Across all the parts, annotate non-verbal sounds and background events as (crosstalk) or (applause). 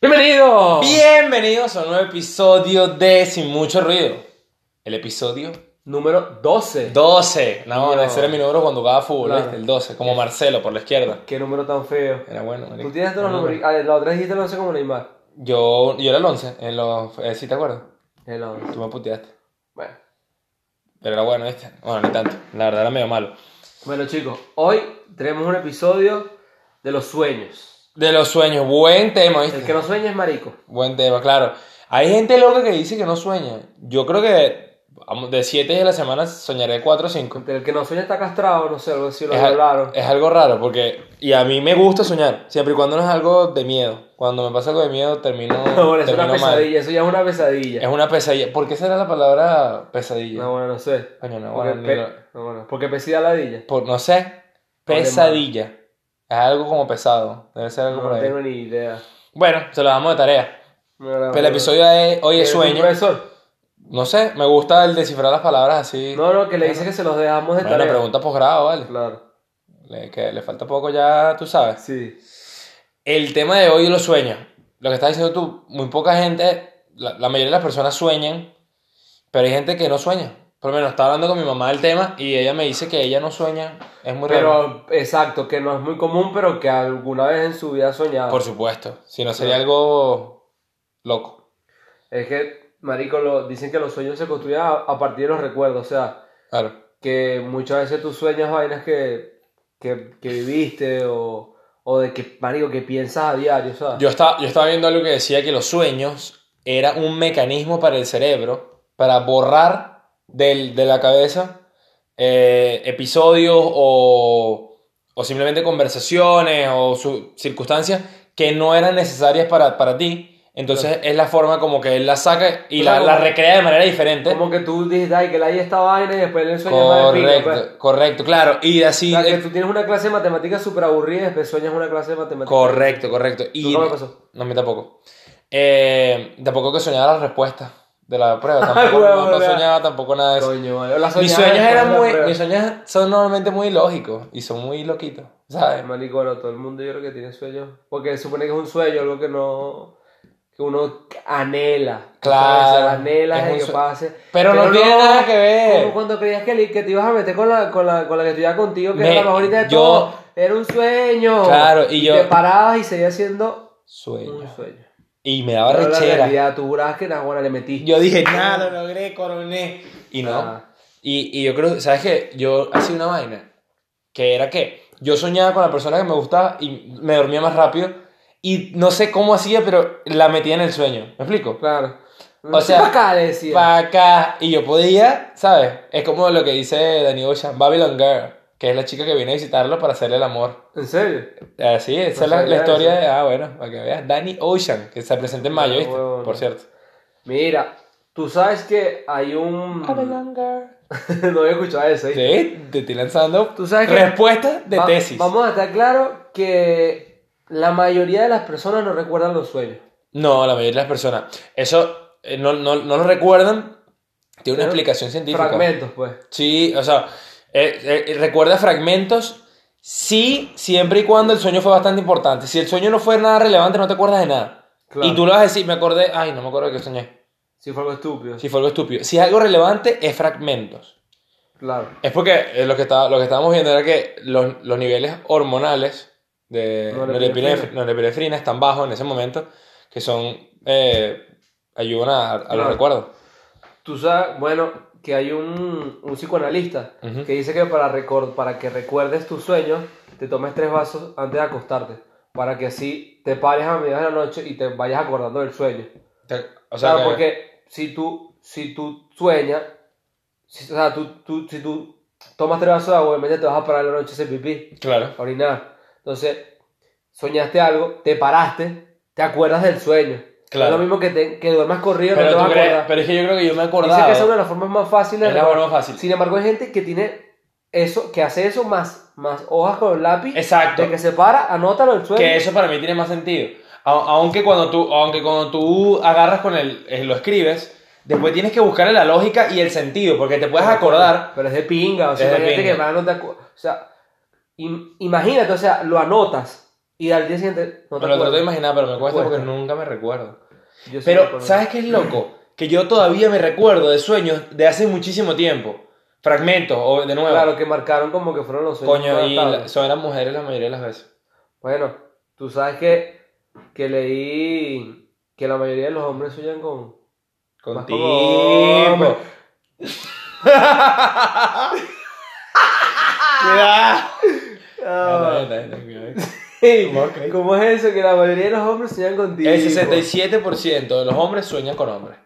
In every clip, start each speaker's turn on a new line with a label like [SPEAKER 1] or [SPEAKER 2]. [SPEAKER 1] ¡Bienvenido!
[SPEAKER 2] Bienvenidos a un nuevo episodio de Sin Mucho Ruido. El episodio
[SPEAKER 1] Número 12.
[SPEAKER 2] 12. No,
[SPEAKER 1] No.
[SPEAKER 2] ese era mi número cuando jugaba fútbol,
[SPEAKER 1] Claro.
[SPEAKER 2] ¿viste? el 12, como Marcelo por la izquierda.
[SPEAKER 1] Qué número tan feo.
[SPEAKER 2] Era bueno. marico.
[SPEAKER 1] Tú tienes todos
[SPEAKER 2] Buen
[SPEAKER 1] los
[SPEAKER 2] número.
[SPEAKER 1] números. Ah, la otra dijiste el 11 como Neymar.
[SPEAKER 2] Yo, yo era el 11, en los, eh, ¿sí te acuerdas?
[SPEAKER 1] El 11.
[SPEAKER 2] Tú me puteaste.
[SPEAKER 1] Bueno.
[SPEAKER 2] Pero era bueno, ¿viste? Bueno, ni tanto. La verdad era medio malo.
[SPEAKER 1] Bueno, chicos, hoy tenemos un episodio de los sueños.
[SPEAKER 2] De los sueños, buen tema, ¿viste?
[SPEAKER 1] El que no sueña es marico.
[SPEAKER 2] Buen tema, claro. Hay gente loca que dice que no sueña. Yo creo que vamos, de 7 de la semana soñaré 4 o 5.
[SPEAKER 1] El que no sueña está castrado, no sé, algo así lo
[SPEAKER 2] es, al-
[SPEAKER 1] hablaron.
[SPEAKER 2] es algo raro porque. Y a mí me gusta soñar, siempre y cuando no es algo de miedo. Cuando me pasa algo de miedo,
[SPEAKER 1] (laughs)
[SPEAKER 2] termino.
[SPEAKER 1] No, bueno, es
[SPEAKER 2] termino
[SPEAKER 1] una
[SPEAKER 2] mal.
[SPEAKER 1] pesadilla, eso ya es una pesadilla.
[SPEAKER 2] Es una pesadilla. ¿Por qué será la palabra pesadilla?
[SPEAKER 1] No, bueno, no sé.
[SPEAKER 2] Coño, no,
[SPEAKER 1] Porque
[SPEAKER 2] bueno,
[SPEAKER 1] pe-
[SPEAKER 2] ni lo-
[SPEAKER 1] no, bueno, porque pesida ladilla.
[SPEAKER 2] por, no sé. Pesadilla. Es algo como pesado. Debe ser
[SPEAKER 1] No,
[SPEAKER 2] algo por ahí.
[SPEAKER 1] tengo ni idea.
[SPEAKER 2] Bueno, se lo damos de tarea.
[SPEAKER 1] No, no,
[SPEAKER 2] Pero el
[SPEAKER 1] no.
[SPEAKER 2] episodio de hoy es
[SPEAKER 1] ¿Eres un
[SPEAKER 2] sueño.
[SPEAKER 1] profesor?
[SPEAKER 2] No sé, me gusta el descifrar las palabras así.
[SPEAKER 1] No, no, que le dice que se los dejamos de
[SPEAKER 2] Bueno,
[SPEAKER 1] tarea.
[SPEAKER 2] pregunta posgrado, ¿vale?
[SPEAKER 1] Claro.
[SPEAKER 2] Le, que le falta poco ya, tú sabes.
[SPEAKER 1] Sí.
[SPEAKER 2] El tema de hoy, los sueños. Lo que estás diciendo tú, muy poca gente, la, la mayoría de las personas sueñan, pero hay gente que no sueña. Por lo menos estaba hablando con mi mamá del tema y ella me dice que ella no sueña. Es muy raro.
[SPEAKER 1] Pero, exacto, que no es muy común, pero que alguna vez en su vida ha soñado.
[SPEAKER 2] Por supuesto. Si no sería algo loco.
[SPEAKER 1] Es que, marico, lo, dicen que los sueños se construyen a, a partir de los recuerdos. O sea,
[SPEAKER 2] Claro.
[SPEAKER 1] que muchas veces tú sueñas vainas que, que, que viviste o, o de que, marico, que piensas a diario, ¿sabes?
[SPEAKER 2] Yo estaba, yo estaba viendo algo que decía que los sueños era un mecanismo para el cerebro para borrar del- de la cabeza eh, episodios o, o simplemente conversaciones o su- circunstancias que no eran necesarias para, para ti. Entonces es la forma como que él la saca y la,
[SPEAKER 1] Claro.
[SPEAKER 2] la recrea de manera diferente.
[SPEAKER 1] Como que tú dices, ay, que la hay esta vaina y después el sueño es más de pinga,
[SPEAKER 2] Correcto,
[SPEAKER 1] pues.
[SPEAKER 2] correcto, claro. Y así...
[SPEAKER 1] O sea, que
[SPEAKER 2] eh,
[SPEAKER 1] tú tienes una clase de matemáticas súper aburrida y después sueñas una clase de matemáticas.
[SPEAKER 2] correcto, correcto. Y,
[SPEAKER 1] Nunca me pasó.
[SPEAKER 2] No, a mí tampoco. Eh, tampoco que soñaba las respuestas de
[SPEAKER 1] (laughs)
[SPEAKER 2] la prueba. Tampoco,
[SPEAKER 1] Huevo,
[SPEAKER 2] no, no
[SPEAKER 1] ¿verdad?
[SPEAKER 2] soñaba tampoco nada de eso.
[SPEAKER 1] Coño, vale. Las
[SPEAKER 2] Pues, mis
[SPEAKER 1] soñadas
[SPEAKER 2] sueños
[SPEAKER 1] después de
[SPEAKER 2] eran
[SPEAKER 1] la
[SPEAKER 2] muy,
[SPEAKER 1] prueba.
[SPEAKER 2] mis sueños son normalmente muy lógicos y son muy loquitos, ¿sabes?
[SPEAKER 1] Marico, bueno, todo el mundo yo creo que tiene sueños. Porque se supone que es un sueño, algo que no. que uno anhela.
[SPEAKER 2] Claro,
[SPEAKER 1] O sea, anhela
[SPEAKER 2] es
[SPEAKER 1] de
[SPEAKER 2] un
[SPEAKER 1] que
[SPEAKER 2] sue-
[SPEAKER 1] pase.
[SPEAKER 2] Pero no tiene nada que ver.
[SPEAKER 1] Como cuando creías que, li- que te ibas a meter con la, con la, con la que estudiaba contigo, que
[SPEAKER 2] Me-
[SPEAKER 1] era la favorita de
[SPEAKER 2] yo-
[SPEAKER 1] todos. Era un sueño.
[SPEAKER 2] Claro, y yo-
[SPEAKER 1] Te parabas y seguías siendo un
[SPEAKER 2] Sueños.
[SPEAKER 1] sueño.
[SPEAKER 2] Y me daba
[SPEAKER 1] Pero la
[SPEAKER 2] rechera.
[SPEAKER 1] realidad, tú jurabas que la buena le metí.
[SPEAKER 2] Yo dije, nada, lo logré, coroné. Y no.
[SPEAKER 1] Ah.
[SPEAKER 2] Y, y yo creo, ¿sabes qué? Yo hacía una vaina que era que yo soñaba con la persona que me gustaba y me dormía más rápido. Y no sé cómo hacía, pero la metía en el sueño. ¿Me explico?
[SPEAKER 1] Claro.
[SPEAKER 2] O sea,
[SPEAKER 1] Pa' acá decía.
[SPEAKER 2] Pa' acá. Y yo podía, ¿sabes? Es como lo que dice Danny Ocean, Babylon Girl, que es la chica que viene a visitarlo para hacerle el amor.
[SPEAKER 1] ¿En serio?
[SPEAKER 2] Así, esa
[SPEAKER 1] No
[SPEAKER 2] es la, la
[SPEAKER 1] sabía
[SPEAKER 2] historia
[SPEAKER 1] eso.
[SPEAKER 2] de. Ah, bueno, para que veas. Danny Ocean, que se presenta en mayo,
[SPEAKER 1] Ah,
[SPEAKER 2] ¿viste?
[SPEAKER 1] huevón.
[SPEAKER 2] Por cierto.
[SPEAKER 1] Mira, tú sabes que hay un.
[SPEAKER 2] Babylon
[SPEAKER 1] (laughs)
[SPEAKER 2] Girl.
[SPEAKER 1] no había escuchado eso. ¿eh?
[SPEAKER 2] Sí, te estoy lanzando
[SPEAKER 1] Tú sabes que-
[SPEAKER 2] respuestas de
[SPEAKER 1] Va-
[SPEAKER 2] tesis.
[SPEAKER 1] Vamos a estar claro que la mayoría de las personas no recuerdan los sueños.
[SPEAKER 2] No, la mayoría de las personas. Eso eh, no, no, no lo recuerdan. Tiene
[SPEAKER 1] Pero-
[SPEAKER 2] una explicación científica.
[SPEAKER 1] Fragmentos, pues.
[SPEAKER 2] Sí, o sea, eh, eh, recuerda fragmentos. Sí, siempre y cuando el sueño fue bastante importante. Si el sueño no fue nada relevante, no te acuerdas de nada.
[SPEAKER 1] Claro.
[SPEAKER 2] Y tú lo vas a decir, me acordé, ay, no me acuerdo de qué soñé.
[SPEAKER 1] Si fue algo estúpido.
[SPEAKER 2] Si fue algo estúpido. Si es algo relevante, es fragmentos.
[SPEAKER 1] Claro.
[SPEAKER 2] Es porque eh, lo, que estaba, lo que estábamos viendo era que los, los niveles hormonales de
[SPEAKER 1] Norepinefrina.
[SPEAKER 2] norepinef- norepinefrina están bajos en ese momento, que son. eh, ayudan a, a los
[SPEAKER 1] Claro.
[SPEAKER 2] recuerdos.
[SPEAKER 1] Tú sabes, bueno, que hay un, un psicoanalista
[SPEAKER 2] Ujú.
[SPEAKER 1] que dice que para, recor- para que recuerdes tus sueños, te tomes tres vasos antes de acostarte. Para que así te pares a medias de la noche y te vayas acordando del sueño.
[SPEAKER 2] O sea,
[SPEAKER 1] Claro,
[SPEAKER 2] que-
[SPEAKER 1] porque si tú, si tú sueñas, si, o sea, tú, tú- si tú tomas tres vasos de agua, obviamente te vas a parar en la noche a hacer pipí,
[SPEAKER 2] Claro.
[SPEAKER 1] a orinar. Entonces, soñaste algo, te paraste, te acuerdas del sueño.
[SPEAKER 2] Claro.
[SPEAKER 1] Es lo mismo que, te- que duermas corrido,
[SPEAKER 2] Pero,
[SPEAKER 1] no te
[SPEAKER 2] tú
[SPEAKER 1] vas a
[SPEAKER 2] crees-
[SPEAKER 1] acordar.
[SPEAKER 2] pero es que yo creo que yo me
[SPEAKER 1] Dice
[SPEAKER 2] acordaba.
[SPEAKER 1] que esa es una de las formas más fáciles de
[SPEAKER 2] Es la
[SPEAKER 1] recordar.
[SPEAKER 2] forma más fácil.
[SPEAKER 1] Sin embargo, hay gente que tiene eso, que hace eso más, más hojas con el lápiz.
[SPEAKER 2] Exacto.
[SPEAKER 1] De que se para, anótalo el sueño.
[SPEAKER 2] Que eso para mí tiene más sentido. A- Aunque cuando tú, aunque cuando tú agarras con el, eh, lo escribes, después tienes que buscarle la lógica y el sentido, porque te puedes acordar.
[SPEAKER 1] Pero es de pinga, o sea,
[SPEAKER 2] Es de
[SPEAKER 1] imagínate
[SPEAKER 2] pinga.
[SPEAKER 1] que mano te acu- O sea, im- imagínate, o sea, lo anotas. Y al día siguiente no te
[SPEAKER 2] me lo trato de
[SPEAKER 1] acuerdas.
[SPEAKER 2] imaginar, pero me cuesta,
[SPEAKER 1] Cuesta.
[SPEAKER 2] porque nunca me recuerdo.
[SPEAKER 1] Yo sí me
[SPEAKER 2] Pero,
[SPEAKER 1] acuerdo.
[SPEAKER 2] ¿sabes qué es loco? Que yo todavía me recuerdo de sueños de hace muchísimo tiempo. Fragmentos, o de nuevo.
[SPEAKER 1] Claro, que marcaron como que fueron los sueños.
[SPEAKER 2] Coño,
[SPEAKER 1] más
[SPEAKER 2] y
[SPEAKER 1] notables.
[SPEAKER 2] la- son eran mujeres la mayoría de las veces.
[SPEAKER 1] Bueno, tú sabes que, que leí que la mayoría de los hombres sueñan con... Más como hombre.
[SPEAKER 2] (laughs)
[SPEAKER 1] (laughs)
[SPEAKER 2] Contigo. Cuidado.
[SPEAKER 1] (laughs) Ah, ¿Cómo es eso? Que la mayoría de los hombres sueñan contigo.
[SPEAKER 2] El 67% de los hombres sueñan con hombres.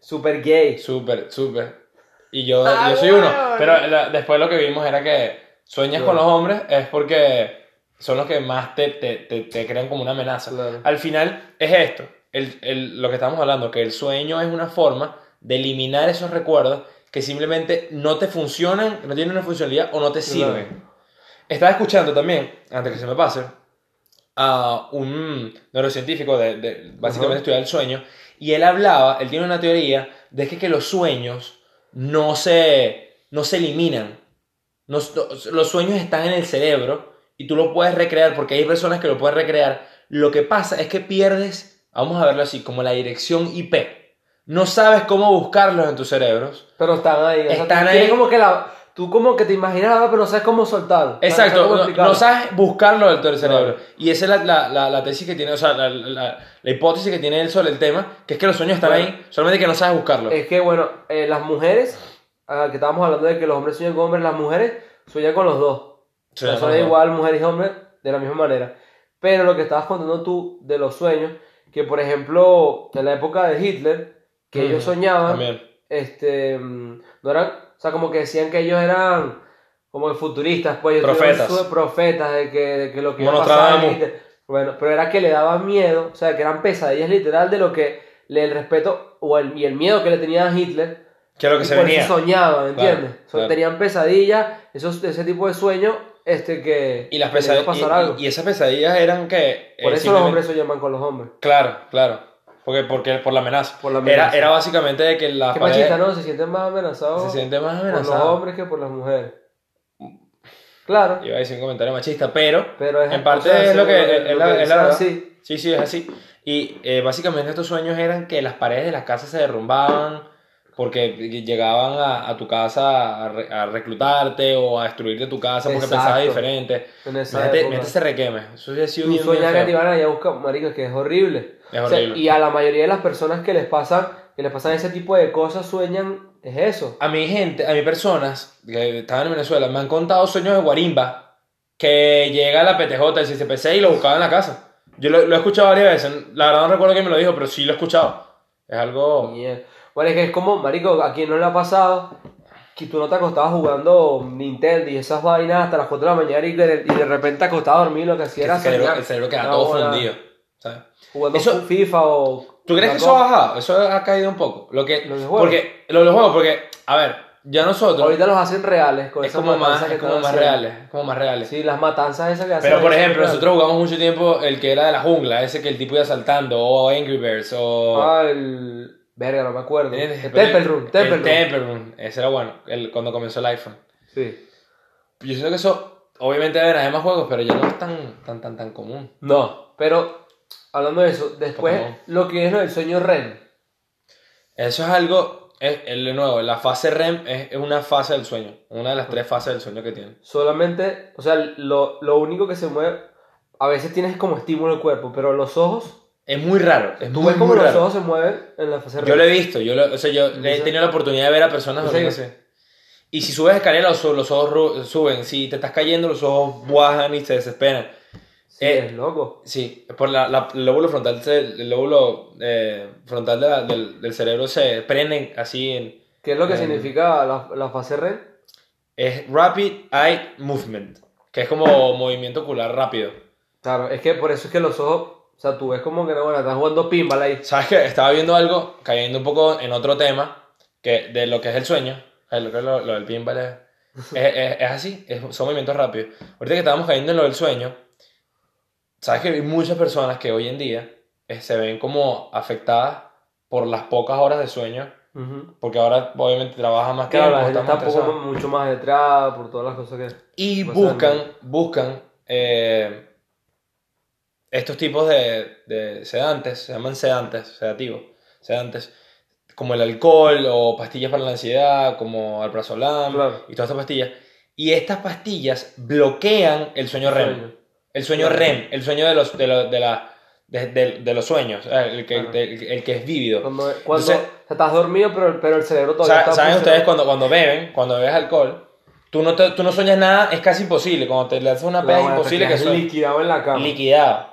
[SPEAKER 1] Super gay.
[SPEAKER 2] Súper, súper. Y yo,
[SPEAKER 1] Ah,
[SPEAKER 2] yo soy uno.
[SPEAKER 1] weón.
[SPEAKER 2] Pero la- después lo que vimos era que sueñas con
[SPEAKER 1] Claro.
[SPEAKER 2] los hombres es porque son los que más te, te, te- te crean como una amenaza.
[SPEAKER 1] Claro.
[SPEAKER 2] Al final es esto, el- el- lo que estamos hablando, que el sueño es una forma de eliminar esos recuerdos que simplemente no te funcionan, no tienen una funcionalidad o no te sirven. Estaba escuchando también, antes que se me pase, a un neurocientífico de, de-
[SPEAKER 1] Ajá.
[SPEAKER 2] básicamente estudiar el sueño, y él hablaba, él tiene una teoría de que, que los sueños no se, no se eliminan. Nos- los sueños están en el cerebro y tú los puedes recrear porque hay personas que lo pueden recrear. Lo que pasa es que pierdes, vamos a verlo así, como la dirección IP. No sabes cómo buscarlos en tus cerebros.
[SPEAKER 1] Pero están ahí. o sea,
[SPEAKER 2] Están
[SPEAKER 1] tú tienes
[SPEAKER 2] ahí.
[SPEAKER 1] como que la... Tú como que te imaginas algo, pero no sabes cómo soltarlo.
[SPEAKER 2] Exacto,
[SPEAKER 1] cómo
[SPEAKER 2] no- no,
[SPEAKER 1] explicarlo.
[SPEAKER 2] sabes buscarlo del tercer
[SPEAKER 1] Claro.
[SPEAKER 2] cerebro. Y esa es la, la- la- la tesis que tiene, o sea, la, la- la hipótesis que tiene él sobre el tema, que es que los sueños están
[SPEAKER 1] Bueno.
[SPEAKER 2] ahí, solamente que no sabes buscarlo.
[SPEAKER 1] Es que, bueno, eh, las mujeres... ah, que estábamos hablando de que los hombres sueñan con hombres, las mujeres sueñan con los dos.
[SPEAKER 2] Sí,
[SPEAKER 1] no son
[SPEAKER 2] no, no.
[SPEAKER 1] igual mujeres y hombres de la misma manera. Pero lo que estabas contando tú de los sueños, que por ejemplo, en la época de Hitler, que ellos
[SPEAKER 2] Ujú,
[SPEAKER 1] soñaban,
[SPEAKER 2] También.
[SPEAKER 1] este, mm, no eran, o sea, como que decían que ellos eran como que futuristas, pues ellos tuvieron
[SPEAKER 2] Profetas.
[SPEAKER 1] su- profetas de que, de que lo que iba
[SPEAKER 2] Como
[SPEAKER 1] a pasar en
[SPEAKER 2] Nostradamus.
[SPEAKER 1] Hitler. Bueno, pero era que le daban miedo, o sea, que eran pesadillas literal de lo que le- el respeto o el, y el miedo que le tenían a Hitler
[SPEAKER 2] Que es lo que
[SPEAKER 1] y
[SPEAKER 2] se
[SPEAKER 1] por
[SPEAKER 2] venía.
[SPEAKER 1] eso soñaban, ¿entiendes?
[SPEAKER 2] Claro,
[SPEAKER 1] O sea,
[SPEAKER 2] claro.
[SPEAKER 1] Tenían pesadillas, esos, ese tipo de sueños este, que...
[SPEAKER 2] Y las
[SPEAKER 1] que les iba a
[SPEAKER 2] pesadillas.
[SPEAKER 1] pasar algo.
[SPEAKER 2] Y, y esas pesadillas eran que. eh,
[SPEAKER 1] por eso los
[SPEAKER 2] simplemente-
[SPEAKER 1] hombres sueñan con los hombres.
[SPEAKER 2] Claro, claro. Porque, porque por la amenaza.
[SPEAKER 1] Por la amenaza.
[SPEAKER 2] Era, era básicamente de que la
[SPEAKER 1] Qué
[SPEAKER 2] pared
[SPEAKER 1] machista, ¿no? Se sienten más amenazados
[SPEAKER 2] se siente más
[SPEAKER 1] por los
[SPEAKER 2] amenazada.
[SPEAKER 1] hombres que por las mujeres. Claro,
[SPEAKER 2] Iba a decir un comentario machista, pero.
[SPEAKER 1] pero es...
[SPEAKER 2] En parte
[SPEAKER 1] o sea,
[SPEAKER 2] es lo que. es- es la- es la verdad.
[SPEAKER 1] Sí,
[SPEAKER 2] Sí, sí, es así. Y eh, básicamente estos sueños eran que las paredes de las casas se derrumbaban porque llegaban a, a tu casa a, re- a reclutarte o a destruirte tu casa porque
[SPEAKER 1] Exacto.
[SPEAKER 2] pensabas diferente.
[SPEAKER 1] en esa
[SPEAKER 2] Imagínate,
[SPEAKER 1] época.
[SPEAKER 2] imagínate ese requeme. Eso sí ha sido
[SPEAKER 1] Tú
[SPEAKER 2] bien, bien
[SPEAKER 1] sueñas que te
[SPEAKER 2] feo.
[SPEAKER 1] van allá a buscar, marico, que es horrible.
[SPEAKER 2] Es
[SPEAKER 1] O sea,
[SPEAKER 2] horrible.
[SPEAKER 1] y a la mayoría de las personas que les pasan, que les pasan ese tipo de cosas, sueñan, es eso.
[SPEAKER 2] A mi gente, a mi personas que estaban en Venezuela, me han contado sueños de guarimba que llega la PTJ, el CCPC y lo buscaba en la casa. Yo lo, lo he escuchado varias veces. La verdad no recuerdo quién me lo dijo, pero sí lo he escuchado. Es algo...
[SPEAKER 1] Mierda. Bueno, es que es como, marico, a quien no le ha pasado que tú no te acostabas jugando Nintendo y esas vainas hasta las 4 de la mañana y de, y de repente te acostabas a dormir lo que hacía
[SPEAKER 2] que
[SPEAKER 1] era
[SPEAKER 2] el, cerebro,
[SPEAKER 1] soñar.
[SPEAKER 2] el cerebro queda
[SPEAKER 1] No,
[SPEAKER 2] todo
[SPEAKER 1] bueno,
[SPEAKER 2] fundido. ¿sabes?
[SPEAKER 1] Jugando
[SPEAKER 2] Eso-
[SPEAKER 1] con FIFA o...
[SPEAKER 2] ¿Tú crees que eso ha bajado? Eso ha caído un poco. Lo que,
[SPEAKER 1] Lo de los juegos.
[SPEAKER 2] porque, lo de los juegos, porque, a ver, ya nosotros
[SPEAKER 1] Ahorita los hacen reales con
[SPEAKER 2] es
[SPEAKER 1] esas
[SPEAKER 2] como más,
[SPEAKER 1] matanzas
[SPEAKER 2] es
[SPEAKER 1] que
[SPEAKER 2] como
[SPEAKER 1] están
[SPEAKER 2] más
[SPEAKER 1] haciendo.
[SPEAKER 2] reales, es como más reales.
[SPEAKER 1] Sí, las matanzas esas que hacen.
[SPEAKER 2] Pero por
[SPEAKER 1] ahí son
[SPEAKER 2] ejemplo,
[SPEAKER 1] reales.
[SPEAKER 2] nosotros jugamos mucho tiempo el que era de la jungla, ese que el tipo iba saltando, o Angry Birds, o
[SPEAKER 1] Ah, el... Verga, no me acuerdo.
[SPEAKER 2] ¿entiendes?
[SPEAKER 1] El
[SPEAKER 2] Pero
[SPEAKER 1] Temple Run, Temple
[SPEAKER 2] el
[SPEAKER 1] Run.
[SPEAKER 2] Temple Run, ese era bueno, el, cuando comenzó el iPhone.
[SPEAKER 1] Sí.
[SPEAKER 2] Yo siento que eso, obviamente deben haber más juegos, pero ya no es tan, tan, tan, tan común.
[SPEAKER 1] No, pero hablando de eso, después
[SPEAKER 2] Pokémon.
[SPEAKER 1] lo que es lo del sueño REM.
[SPEAKER 2] Eso es algo, es, es de nuevo, la fase REM es, es una fase del sueño, una de las tres fases del sueño que tiene.
[SPEAKER 1] Solamente, o sea, lo, lo único que se mueve, a veces tienes como estímulo el cuerpo, pero los ojos,
[SPEAKER 2] Es muy raro, es
[SPEAKER 1] tú
[SPEAKER 2] muy,
[SPEAKER 1] ves como
[SPEAKER 2] muy
[SPEAKER 1] los
[SPEAKER 2] raro.
[SPEAKER 1] ojos se mueven en la fase
[SPEAKER 2] Yo
[SPEAKER 1] REM.
[SPEAKER 2] lo he visto, yo lo- o sea, yo he
[SPEAKER 1] Entonces-
[SPEAKER 2] tenido la oportunidad de ver a personas
[SPEAKER 1] Entonces-
[SPEAKER 2] dormidas así. Y si subes escalera, los, los ojos ru- suben. Si te estás cayendo, los ojos bajan y se desesperan.
[SPEAKER 1] Sí,
[SPEAKER 2] eh,
[SPEAKER 1] es loco.
[SPEAKER 2] Sí, por la, la- el lóbulo frontal, se- el lóbulo eh, frontal de la- del, del cerebro se prenden así en...
[SPEAKER 1] ¿Qué es lo que
[SPEAKER 2] eh,
[SPEAKER 1] significa la, la fase REM?
[SPEAKER 2] Es Rapid Eye Movement, que es como movimiento ocular rápido.
[SPEAKER 1] Claro, es que por eso es que los ojos, o sea, tú ves como que, bueno, estás jugando pinball ahí.
[SPEAKER 2] ¿Sabes qué? Estaba viendo algo, cayendo un poco en otro tema, que de lo que es el sueño, eh, lo que es lo, lo del pinball es,
[SPEAKER 1] (laughs)
[SPEAKER 2] es- es- es así, es- son movimientos rápidos. Ahorita que estábamos cayendo en lo del sueño, ¿sabes que hay muchas personas que hoy en día eh, se ven como afectadas por las pocas horas de sueño?
[SPEAKER 1] Ujú.
[SPEAKER 2] Porque ahora obviamente trabajan más
[SPEAKER 1] Claro, la gente
[SPEAKER 2] tiempo, están más
[SPEAKER 1] está un poco
[SPEAKER 2] estresados.
[SPEAKER 1] mucho más detrás por todas las cosas que...
[SPEAKER 2] Y
[SPEAKER 1] Pues,
[SPEAKER 2] buscan, buscan eh, estos tipos de, de sedantes, se llaman sedantes, sedativos, sedantes, como el alcohol o pastillas para la ansiedad, como alprazolam
[SPEAKER 1] Claro.
[SPEAKER 2] y todas estas pastillas. Y estas pastillas bloquean el sueño REM.
[SPEAKER 1] Sueño.
[SPEAKER 2] El sueño
[SPEAKER 1] Claro.
[SPEAKER 2] REM, el sueño de los, de la- de la- de- de- de los sueños, eh, el que,
[SPEAKER 1] Claro.
[SPEAKER 2] el, el que es vívido.
[SPEAKER 1] Cuando, cuando
[SPEAKER 2] Entonces-
[SPEAKER 1] o sea, estás dormido, pero, pero el cerebro
[SPEAKER 2] Sa-
[SPEAKER 1] todavía está
[SPEAKER 2] ¿Saben ustedes
[SPEAKER 1] funcionando.
[SPEAKER 2] cuando, cuando beben, cuando bebes alcohol, tú no, te- tú no sueñas nada, es casi imposible. Cuando te lanzas una
[SPEAKER 1] La
[SPEAKER 2] peda es
[SPEAKER 1] buena
[SPEAKER 2] imposible que
[SPEAKER 1] cantidad de
[SPEAKER 2] sueñes.
[SPEAKER 1] liquidado en la cama.
[SPEAKER 2] Liquidado.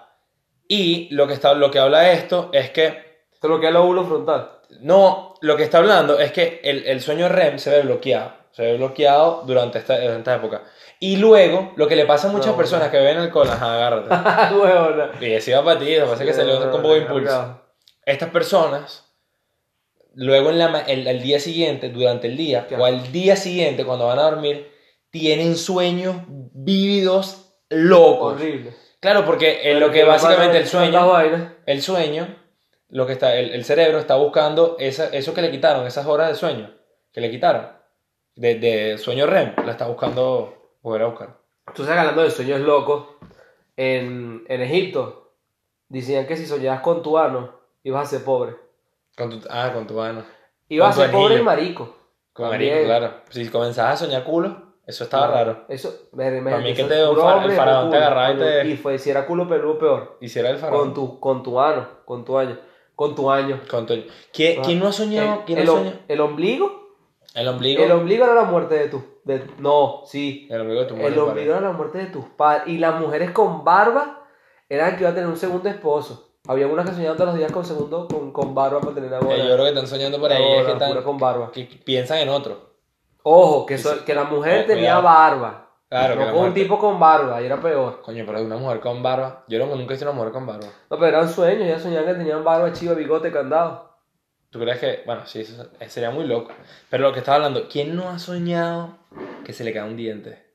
[SPEAKER 2] Y lo que, está, lo que habla esto es que...
[SPEAKER 1] Te bloquea el óvulo frontal. (laughs)
[SPEAKER 2] No, lo que está hablando es que el, el sueño REM se ve bloqueado. Se ve bloqueado durante esta, durante esta época. Y luego, lo que le pasa a muchas
[SPEAKER 1] No,
[SPEAKER 2] personas que beben alcohol, ajá,
[SPEAKER 1] (laughs)
[SPEAKER 2] agárrate.
[SPEAKER 1] Ah, Huevona.
[SPEAKER 2] y así va para ti, lo que pasa es que salió con poco de impulso. estas personas, luego en la ma- el, al día siguiente, durante el día,
[SPEAKER 1] Claro.
[SPEAKER 2] o al día siguiente cuando van a dormir, tienen sueños vívidos locos.
[SPEAKER 1] Horrible.
[SPEAKER 2] Claro, porque en lo que
[SPEAKER 1] Pero
[SPEAKER 2] básicamente
[SPEAKER 1] pasan
[SPEAKER 2] el sueño,
[SPEAKER 1] tantas vainas.
[SPEAKER 2] el sueño, lo que está, el, el cerebro está buscando esa, eso que le quitaron, esas horas de sueño que le quitaron, de, de sueño REM, la está buscando volver a buscar.
[SPEAKER 1] Tú estás hablando de sueños locos. En, en Egipto decían que si soñabas con tu ano, ibas a ser pobre.
[SPEAKER 2] Con tu, ah, con tu mano.
[SPEAKER 1] Ibas a
[SPEAKER 2] Con tu
[SPEAKER 1] ser pobre y
[SPEAKER 2] anillo.
[SPEAKER 1] marico.
[SPEAKER 2] Con
[SPEAKER 1] También.
[SPEAKER 2] marico, claro. Si comenzabas a soñar culo, eso estaba raro.
[SPEAKER 1] Eso, ver,
[SPEAKER 2] Para mí
[SPEAKER 1] imagínate, eso
[SPEAKER 2] que te-
[SPEAKER 1] es puro
[SPEAKER 2] el
[SPEAKER 1] hombre,
[SPEAKER 2] faraón
[SPEAKER 1] puro culo,
[SPEAKER 2] te agarraba y
[SPEAKER 1] coño.
[SPEAKER 2] te-
[SPEAKER 1] Y fue, si era culo peludo, peor.
[SPEAKER 2] Hiciera el faraón.
[SPEAKER 1] Con tu, con tu ano, con tu año. Con tu año.
[SPEAKER 2] Con tu- ¿Qui-
[SPEAKER 1] Ah.
[SPEAKER 2] ¿Quién no ha soñado?
[SPEAKER 1] El,
[SPEAKER 2] ¿Quién
[SPEAKER 1] el
[SPEAKER 2] no
[SPEAKER 1] o-
[SPEAKER 2] ha soñado?
[SPEAKER 1] el ombligo.
[SPEAKER 2] El ombligo.
[SPEAKER 1] El ombligo era la muerte de tus. de- No, sí.
[SPEAKER 2] El ombligo de tu mujer,
[SPEAKER 1] El ombligo era la muerte de tus padres. Y las mujeres con barba eran las que iban a tener un segundo esposo. Había unas que soñaban todos los días con segundo, con, con barba para tener
[SPEAKER 2] pare.
[SPEAKER 1] ahora.
[SPEAKER 2] Eh, yo creo que están soñando por ahí. es que, están-
[SPEAKER 1] con barba.
[SPEAKER 2] que piensan en otro.
[SPEAKER 1] Ojo, que,
[SPEAKER 2] Sí,
[SPEAKER 1] so-
[SPEAKER 2] sí.
[SPEAKER 1] que la mujer
[SPEAKER 2] Eh,
[SPEAKER 1] tenía
[SPEAKER 2] cuidado.
[SPEAKER 1] barba.
[SPEAKER 2] Claro, que
[SPEAKER 1] no
[SPEAKER 2] la
[SPEAKER 1] con un
[SPEAKER 2] mujer-
[SPEAKER 1] tipo con barba, y era peor.
[SPEAKER 2] Coño, pero una mujer con barba. Yo no- nunca he visto una mujer con barba.
[SPEAKER 1] No, pero eran sueños, ya soñaban que tenían barba, chiva, bigote, candado.
[SPEAKER 2] ¿Tú crees que.? Bueno, sí, eso es- eh, sería muy loco. Pero lo que estaba hablando, ¿quién no ha soñado que se le cae un diente?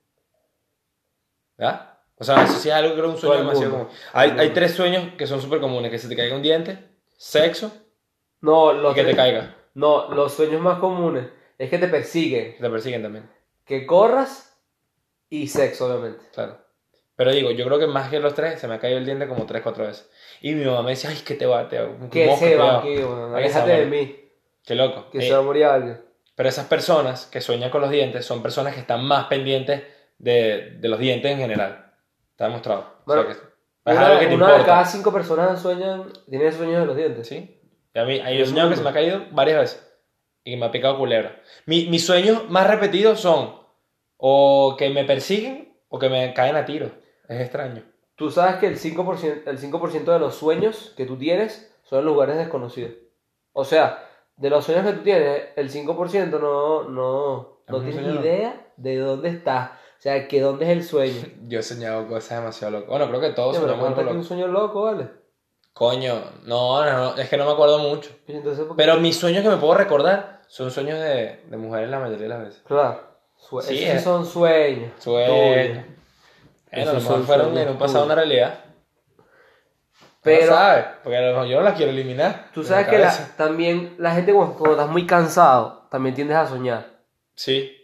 [SPEAKER 2] ¿Verdad? O sea, eso sí es algo que creo que es un
[SPEAKER 1] Todo
[SPEAKER 2] sueño
[SPEAKER 1] el
[SPEAKER 2] demasiado
[SPEAKER 1] mundo.
[SPEAKER 2] común. Hay,
[SPEAKER 1] Todo el
[SPEAKER 2] hay
[SPEAKER 1] mundo.
[SPEAKER 2] tres sueños que son súper comunes: que se te caiga un diente, sexo
[SPEAKER 1] No,
[SPEAKER 2] y
[SPEAKER 1] los
[SPEAKER 2] que te
[SPEAKER 1] tres-
[SPEAKER 2] caiga.
[SPEAKER 1] No, los sueños más comunes es que te persiguen,
[SPEAKER 2] Que te persiguen también.
[SPEAKER 1] que corras y sexo, obviamente.
[SPEAKER 2] Claro. Pero digo, yo creo que más que los tres, se me ha caído el diente como tres, cuatro veces. Y mi mamá me dice, ay, que te va, te va.
[SPEAKER 1] Que
[SPEAKER 2] mosca,
[SPEAKER 1] se va
[SPEAKER 2] cuidado".
[SPEAKER 1] aquí, bueno,
[SPEAKER 2] Ay, que se
[SPEAKER 1] aléjate de
[SPEAKER 2] va.
[SPEAKER 1] mí,
[SPEAKER 2] Qué loco.
[SPEAKER 1] que
[SPEAKER 2] Eh,
[SPEAKER 1] se va a morir alguien.
[SPEAKER 2] pero esas personas que sueñan con los dientes son personas que están más pendientes de, de los dientes en general. Está demostrado. O sea,
[SPEAKER 1] Bueno,
[SPEAKER 2] que es
[SPEAKER 1] Pues Una,
[SPEAKER 2] algo que te
[SPEAKER 1] una de cada
[SPEAKER 2] importa.
[SPEAKER 1] cinco personas sueñan, tienen sueños de los dientes.
[SPEAKER 2] Sí. Y a mí, a mí
[SPEAKER 1] Del
[SPEAKER 2] yo he soñado que se me
[SPEAKER 1] mundo.
[SPEAKER 2] ha caído varias veces. Y me ha picado culebra. Mi- mis sueños más repetidos son o que me persiguen o que me caen a tiro. Es extraño.
[SPEAKER 1] Tú sabes que el 5%, el 5 de los sueños que tú tienes son en lugares desconocidos. O sea, de los sueños que tú tienes, el 5% no, no, no
[SPEAKER 2] ¿Algún
[SPEAKER 1] tienes
[SPEAKER 2] sueño
[SPEAKER 1] ni
[SPEAKER 2] no?
[SPEAKER 1] idea de dónde estás. O sea, que dónde es el sueño.
[SPEAKER 2] Yo he soñado cosas demasiado locas. Bueno, creo que
[SPEAKER 1] Oye,
[SPEAKER 2] (laughs) todos
[SPEAKER 1] pero
[SPEAKER 2] soñamos algo
[SPEAKER 1] cuéntate un
[SPEAKER 2] loco.
[SPEAKER 1] sueño loco, ¿vale?
[SPEAKER 2] Coño, no, no, no, es que no me acuerdo mucho.
[SPEAKER 1] Y Pues Entonces, ¿por qué?
[SPEAKER 2] Pero mis sueños que me puedo recordar son sueños de, de mujeres la mayoría de las veces.
[SPEAKER 1] Claro. Sue-
[SPEAKER 2] Sí,
[SPEAKER 1] esos sí
[SPEAKER 2] eh.
[SPEAKER 1] son sueños.
[SPEAKER 2] Sueños.
[SPEAKER 1] tuyos.
[SPEAKER 2] Bueno, a lo
[SPEAKER 1] Esos
[SPEAKER 2] mejor
[SPEAKER 1] son
[SPEAKER 2] fueron
[SPEAKER 1] sueños
[SPEAKER 2] en un pasado
[SPEAKER 1] tuyos.
[SPEAKER 2] una realidad. Pero.
[SPEAKER 1] Pero-
[SPEAKER 2] sabes, porque a lo mejor yo no las quiero eliminar.
[SPEAKER 1] Tú
[SPEAKER 2] de
[SPEAKER 1] sabes
[SPEAKER 2] la
[SPEAKER 1] que la-
[SPEAKER 2] cabeza.
[SPEAKER 1] también la gente cuando, cuando estás muy cansado, también tiendes a soñar.
[SPEAKER 2] Sí.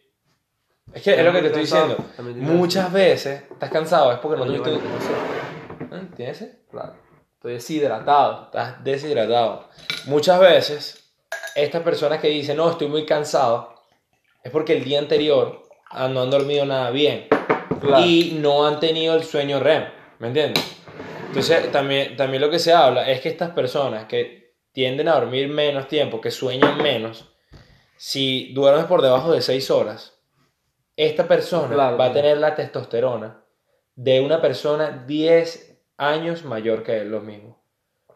[SPEAKER 2] Es que es lo que te estoy
[SPEAKER 1] Cansado,
[SPEAKER 2] diciendo.
[SPEAKER 1] también tiendes a
[SPEAKER 2] Muchas veces estás cansado, es porque no
[SPEAKER 1] soñar.
[SPEAKER 2] tuviste.
[SPEAKER 1] Oye, bueno,
[SPEAKER 2] ¿Eh? ¿Tienes? sed?
[SPEAKER 1] Claro. Estoy deshidratado.
[SPEAKER 2] Estás deshidratado. Muchas veces, estas personas que dicen, no, estoy muy cansado, es porque el día anterior ah, no han dormido nada bien
[SPEAKER 1] Claro.
[SPEAKER 2] y no han tenido el sueño REM, ¿me entiendes? Entonces, también, también lo que se habla es que estas personas que tienden a dormir menos tiempo, que sueñan menos, si duermes por debajo de 6 horas, esta persona
[SPEAKER 1] Claro,
[SPEAKER 2] va a
[SPEAKER 1] claro.
[SPEAKER 2] tener la testosterona de una persona 10 años mayor que él, lo mismo.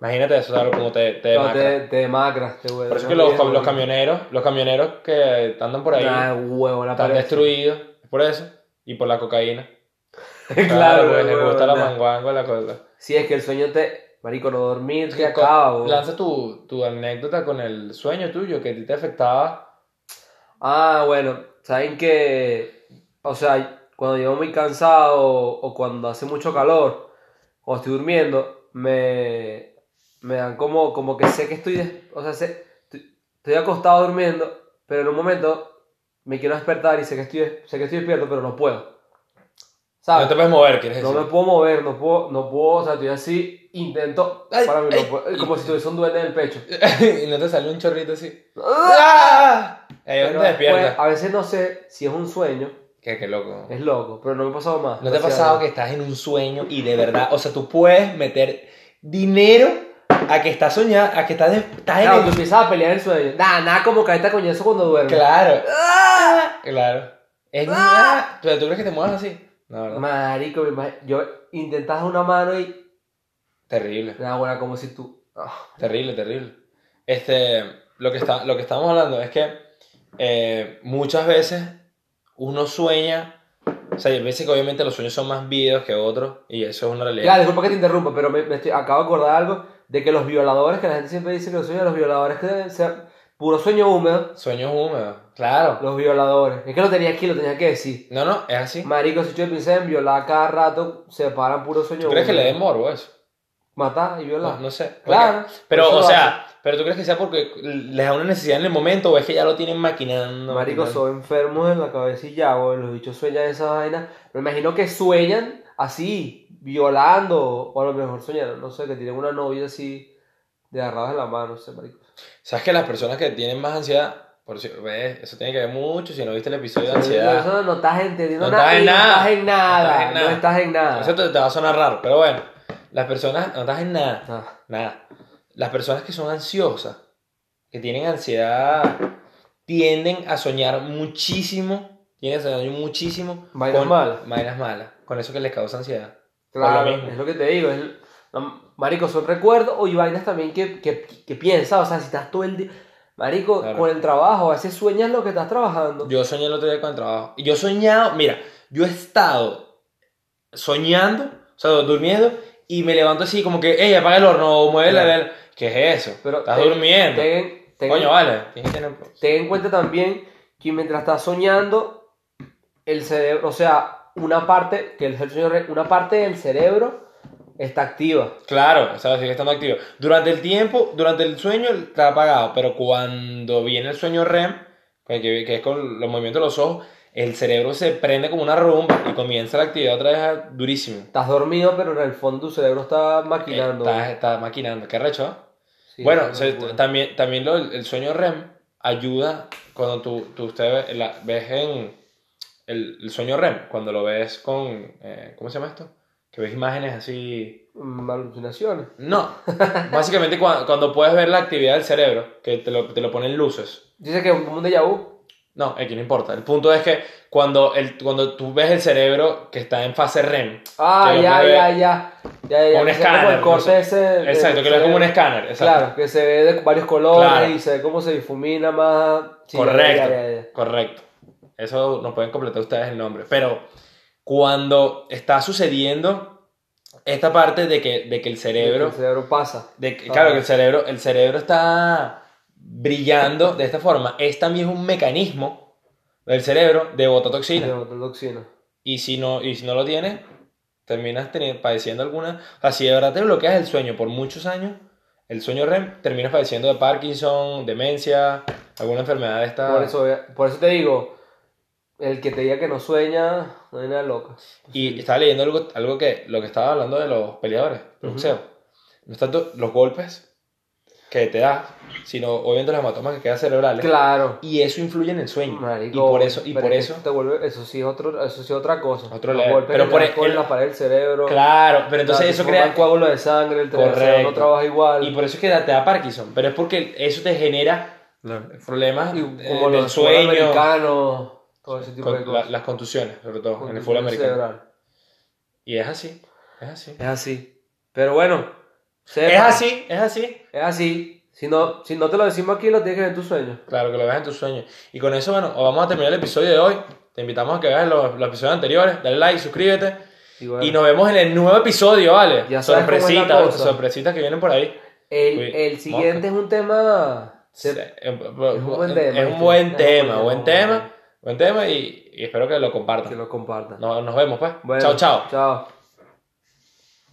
[SPEAKER 2] Imagínate eso, ¿sabes? Como te, te
[SPEAKER 1] No,
[SPEAKER 2] demacra.
[SPEAKER 1] te, te demacras, te
[SPEAKER 2] Por eso que los, los camioneros, los camioneros que andan por ahí
[SPEAKER 1] Nah, huevo, la
[SPEAKER 2] están
[SPEAKER 1] pared. (laughs)
[SPEAKER 2] destruidos, por eso, y por la cocaína. (laughs)
[SPEAKER 1] claro,
[SPEAKER 2] porque pues, les
[SPEAKER 1] huevo,
[SPEAKER 2] gusta la
[SPEAKER 1] nah.
[SPEAKER 2] manguanga, la cosa.
[SPEAKER 1] Sí, es que el sueño te. Marico, no dormir te
[SPEAKER 2] Que co-
[SPEAKER 1] acaba, huevo.
[SPEAKER 2] Lanza tu, tu anécdota con el sueño tuyo que a ti te afectaba.
[SPEAKER 1] Ah, bueno, saben que. O sea, cuando llevo muy cansado o cuando hace mucho calor o estoy durmiendo, me. Me dan como, como que sé que estoy. des- O sea, sé- estoy, estoy acostado durmiendo, pero en un momento me quiero despertar y sé que estoy, sé que estoy despierto, pero no puedo.
[SPEAKER 2] No te
[SPEAKER 1] ¿Sabes?
[SPEAKER 2] puedes mover, quieres
[SPEAKER 1] No
[SPEAKER 2] decir.
[SPEAKER 1] me puedo mover, no puedo, no puedo, o sea, estoy así, intento,
[SPEAKER 2] Ay,
[SPEAKER 1] para mí, no
[SPEAKER 2] ay, Eh,
[SPEAKER 1] puedo-
[SPEAKER 2] ay.
[SPEAKER 1] como si tuviese un duende en el pecho.
[SPEAKER 2] (laughs) y no te sale un chorrito así. ¡Ah! Ahí es
[SPEAKER 1] ¡Ah! Pero
[SPEAKER 2] donde despiertas.
[SPEAKER 1] después, a veces no sé si es un sueño,
[SPEAKER 2] Qué, qué loco.
[SPEAKER 1] es loco, pero no me ha pasado más.
[SPEAKER 2] ¿No te ha
[SPEAKER 1] Gracias a
[SPEAKER 2] pasado que
[SPEAKER 1] Dios.
[SPEAKER 2] estás en un sueño y de verdad, o sea, tú puedes meter dinero a que estás soñando, a que estás, de- estás
[SPEAKER 1] Claro,
[SPEAKER 2] en
[SPEAKER 1] tú
[SPEAKER 2] el...
[SPEAKER 1] empiezas a pelear en el sueño. Nada, nada como caerte a coñazo cuando Ah. duermes.
[SPEAKER 2] Claro. Claro. Es una...
[SPEAKER 1] ¡Ah!
[SPEAKER 2] Pero tú crees que te muevas así. No, ¿verdad?
[SPEAKER 1] Marico, me imag- yo intentas una mano y.
[SPEAKER 2] Terrible.
[SPEAKER 1] Nada, bueno, como si tú. Ah,
[SPEAKER 2] Terrible, terrible. Este, lo que, está, lo que estamos hablando es que eh, muchas veces uno sueña, o sea, hay veces que obviamente los sueños son más vídeos que otros, y eso es una
[SPEAKER 1] Ya,
[SPEAKER 2] realidad.
[SPEAKER 1] disculpa que te interrumpa, pero me, me estoy- acabo de acordar algo de que los violadores, que la gente siempre dice que los sueños de los violadores que deben ser puro sueño húmedo.
[SPEAKER 2] Sueños húmedos, claro.
[SPEAKER 1] Los violadores. Es que lo tenía aquí, lo tenía que decir.
[SPEAKER 2] No, no, es así.
[SPEAKER 1] Marico, si yo pensé en violar cada rato, se paran puro sueño
[SPEAKER 2] ¿Tú crees que le
[SPEAKER 1] húmedo.
[SPEAKER 2] den morbo a eso?
[SPEAKER 1] Matar y violar.
[SPEAKER 2] No, no sé.
[SPEAKER 1] Claro.
[SPEAKER 2] Pero,
[SPEAKER 1] eso
[SPEAKER 2] o
[SPEAKER 1] lo
[SPEAKER 2] sea, pero tú crees que sea porque les da una necesidad en el momento o es que ya lo tienen maquinando.
[SPEAKER 1] Marico,
[SPEAKER 2] maquinando?
[SPEAKER 1] son enfermos en la cabeza y ya, güey, Los bichos sueñan esa vaina. Me imagino que sueñan así, violando. O a lo mejor sueñan, no sé, que tienen una novia así de agarrados en la mano, no sé, marico.
[SPEAKER 2] ¿Sabes que las personas que tienen más ansiedad, por si, ves, eso tiene que ver mucho, si no viste el episodio de ansiedad.
[SPEAKER 1] Eso no estás entendiendo
[SPEAKER 2] Ah, No
[SPEAKER 1] nada.
[SPEAKER 2] estás en
[SPEAKER 1] y No estás
[SPEAKER 2] nada.
[SPEAKER 1] en nada. No estás en nada.
[SPEAKER 2] Eso te, te va a sonar raro, pero bueno. Las personas, no estás en nada,
[SPEAKER 1] Ah,
[SPEAKER 2] nada. Las personas que son ansiosas, que tienen ansiedad, tienden a soñar muchísimo, tienden a soñar muchísimo
[SPEAKER 1] Vainas malas.
[SPEAKER 2] vainas malas, con eso que les causa ansiedad. Por lo
[SPEAKER 1] claro,
[SPEAKER 2] mismo.
[SPEAKER 1] es lo que te digo. es- no, marico, son recuerdos o y vainas también que, que, que piensas. O sea, si estás todo el día. Marico,
[SPEAKER 2] Claro.
[SPEAKER 1] con el trabajo, a veces sueñas lo que estás trabajando.
[SPEAKER 2] Yo soñé el otro día con el trabajo. Y yo he soñado, mira, yo he estado soñando, o sea, durmiendo, y me levanto así como que, hey, apaga el horno, o mueve la
[SPEAKER 1] Claro.
[SPEAKER 2] vela". ¿Qué es eso?
[SPEAKER 1] Pero
[SPEAKER 2] Estás
[SPEAKER 1] te-
[SPEAKER 2] durmiendo.
[SPEAKER 1] Ten- ten-
[SPEAKER 2] Coño, vale. Tienes que tener-
[SPEAKER 1] Ten en cuenta también que mientras estás soñando, el cerebro, o sea, una parte, que el sueño re- una parte del cerebro está activa.
[SPEAKER 2] Claro, o sea, sigue estando activo. Durante el tiempo, durante el sueño está apagado, pero cuando viene el sueño REM, que, que- que es con los movimientos de los ojos, el cerebro se prende como una rumba y comienza la actividad otra vez durísimo.
[SPEAKER 1] Estás dormido, pero en el fondo tu cerebro está maquinando.
[SPEAKER 2] Está, está maquinando, qué recho, ¿eh?
[SPEAKER 1] Sí,
[SPEAKER 2] bueno,
[SPEAKER 1] es una
[SPEAKER 2] o sea,
[SPEAKER 1] locura.
[SPEAKER 2] también, también lo- el sueño REM ayuda cuando tú, tú usted ve- la- ves en el, el sueño REM, cuando lo ves con, eh, ¿cómo se llama esto? Que ves imágenes así...
[SPEAKER 1] Mm, alucinaciones.
[SPEAKER 2] No, (laughs) básicamente cua- cuando, puedes ver la actividad del cerebro, que te lo, te lo ponen luces.
[SPEAKER 1] Dice que es como un déjà vu.
[SPEAKER 2] No, aquí no importa. El punto es que cuando, el, cuando tú ves el cerebro que está en fase REM,
[SPEAKER 1] Ah,
[SPEAKER 2] Que lo
[SPEAKER 1] ya,
[SPEAKER 2] mueve
[SPEAKER 1] ya, ya, ya, ya,
[SPEAKER 2] un
[SPEAKER 1] que se ve como
[SPEAKER 2] escáner,
[SPEAKER 1] el corte
[SPEAKER 2] no sé.
[SPEAKER 1] ese. del
[SPEAKER 2] exacto, que lo es como un
[SPEAKER 1] cerebro.
[SPEAKER 2] escáner, exacto.
[SPEAKER 1] Claro, que se ve de varios colores
[SPEAKER 2] Claro.
[SPEAKER 1] y se ve cómo se difumina más. Sí, ya, ya,
[SPEAKER 2] correcto,
[SPEAKER 1] ya, ya, ya.
[SPEAKER 2] correcto. Eso nos pueden completar ustedes el nombre. Pero cuando está sucediendo esta parte de que, de que el cerebro,
[SPEAKER 1] El cerebro pasa.
[SPEAKER 2] de que-
[SPEAKER 1] Ah.
[SPEAKER 2] claro, que el cerebro, el cerebro está brillando de esta forma, es también un mecanismo del cerebro de botar
[SPEAKER 1] de
[SPEAKER 2] toxina.
[SPEAKER 1] otra toxina.
[SPEAKER 2] Y si no, y si no lo tienes, terminas teni- padeciendo alguna... O sea, si de verdad te bloqueas el sueño por muchos años, el sueño REM, terminas padeciendo de Parkinson, demencia, alguna enfermedad de esta...
[SPEAKER 1] Por eso, eh, por eso te digo, el que te diga que no sueña, no hay nada loca.
[SPEAKER 2] Y estaba leyendo algo, algo que lo que estaba hablando de los peleadores,
[SPEAKER 1] Ujú.
[SPEAKER 2] del boxeo. No es tanto los golpes que te das, sino obviamente los hematomas que quedan cerebrales.
[SPEAKER 1] Claro.
[SPEAKER 2] Y eso influye en el sueño.
[SPEAKER 1] Marico,
[SPEAKER 2] y por eso, y
[SPEAKER 1] pero
[SPEAKER 2] por
[SPEAKER 1] es que
[SPEAKER 2] eso.
[SPEAKER 1] te vuelve- eso sí es otro, eso sí es otra cosa.
[SPEAKER 2] Otro
[SPEAKER 1] Los
[SPEAKER 2] level.
[SPEAKER 1] golpes
[SPEAKER 2] Pero
[SPEAKER 1] que
[SPEAKER 2] por
[SPEAKER 1] le das
[SPEAKER 2] el-
[SPEAKER 1] con
[SPEAKER 2] el-
[SPEAKER 1] la pared del cerebro.
[SPEAKER 2] Claro, pero entonces
[SPEAKER 1] la-
[SPEAKER 2] eso
[SPEAKER 1] forma
[SPEAKER 2] crea.
[SPEAKER 1] el coágulo de sangre, el cerebro
[SPEAKER 2] Correcto.
[SPEAKER 1] no trabaja igual.
[SPEAKER 2] Y por eso es que da- te da Parkinson. Pero es porque eso te genera problemas
[SPEAKER 1] Y
[SPEAKER 2] eh,
[SPEAKER 1] como
[SPEAKER 2] del
[SPEAKER 1] los fútbol
[SPEAKER 2] sueño,
[SPEAKER 1] americanos, todo ese tipo
[SPEAKER 2] con
[SPEAKER 1] de
[SPEAKER 2] la-
[SPEAKER 1] cosas.
[SPEAKER 2] las contusiones, sobre todo, en el
[SPEAKER 1] Contusión
[SPEAKER 2] fútbol americano.
[SPEAKER 1] cerebral.
[SPEAKER 2] Y es así, es así.
[SPEAKER 1] Es así. Pero bueno, sepa,
[SPEAKER 2] Es así, es así.
[SPEAKER 1] Es así. Si no, si no te lo decimos aquí, lo tienes que ver en tus sueños.
[SPEAKER 2] Claro, que lo veas en tus sueños. Y con eso, bueno, vamos a terminar el episodio de hoy. Te invitamos a que veas los, los episodios anteriores. Dale like, suscríbete.
[SPEAKER 1] Y bueno,
[SPEAKER 2] Y nos vemos en el nuevo episodio, ¿vale?
[SPEAKER 1] Ya sabes cómo es la
[SPEAKER 2] sorpresitas,
[SPEAKER 1] cosa.
[SPEAKER 2] sorpresitas que vienen por ahí.
[SPEAKER 1] el,
[SPEAKER 2] Uy,
[SPEAKER 1] el siguiente es un tema...
[SPEAKER 2] Sí, Es un buen
[SPEAKER 1] buen
[SPEAKER 2] tema.
[SPEAKER 1] tema,
[SPEAKER 2] eh, Es un
[SPEAKER 1] ¿viste?
[SPEAKER 2] buen
[SPEAKER 1] Es un
[SPEAKER 2] tema, buen
[SPEAKER 1] buen tema,
[SPEAKER 2] tema.
[SPEAKER 1] bueno.
[SPEAKER 2] Buen tema y, y espero que lo compartan.
[SPEAKER 1] que lo compartan.
[SPEAKER 2] Nos, nos vemos, pues.
[SPEAKER 1] Bueno,
[SPEAKER 2] chao, chao.
[SPEAKER 1] Chao.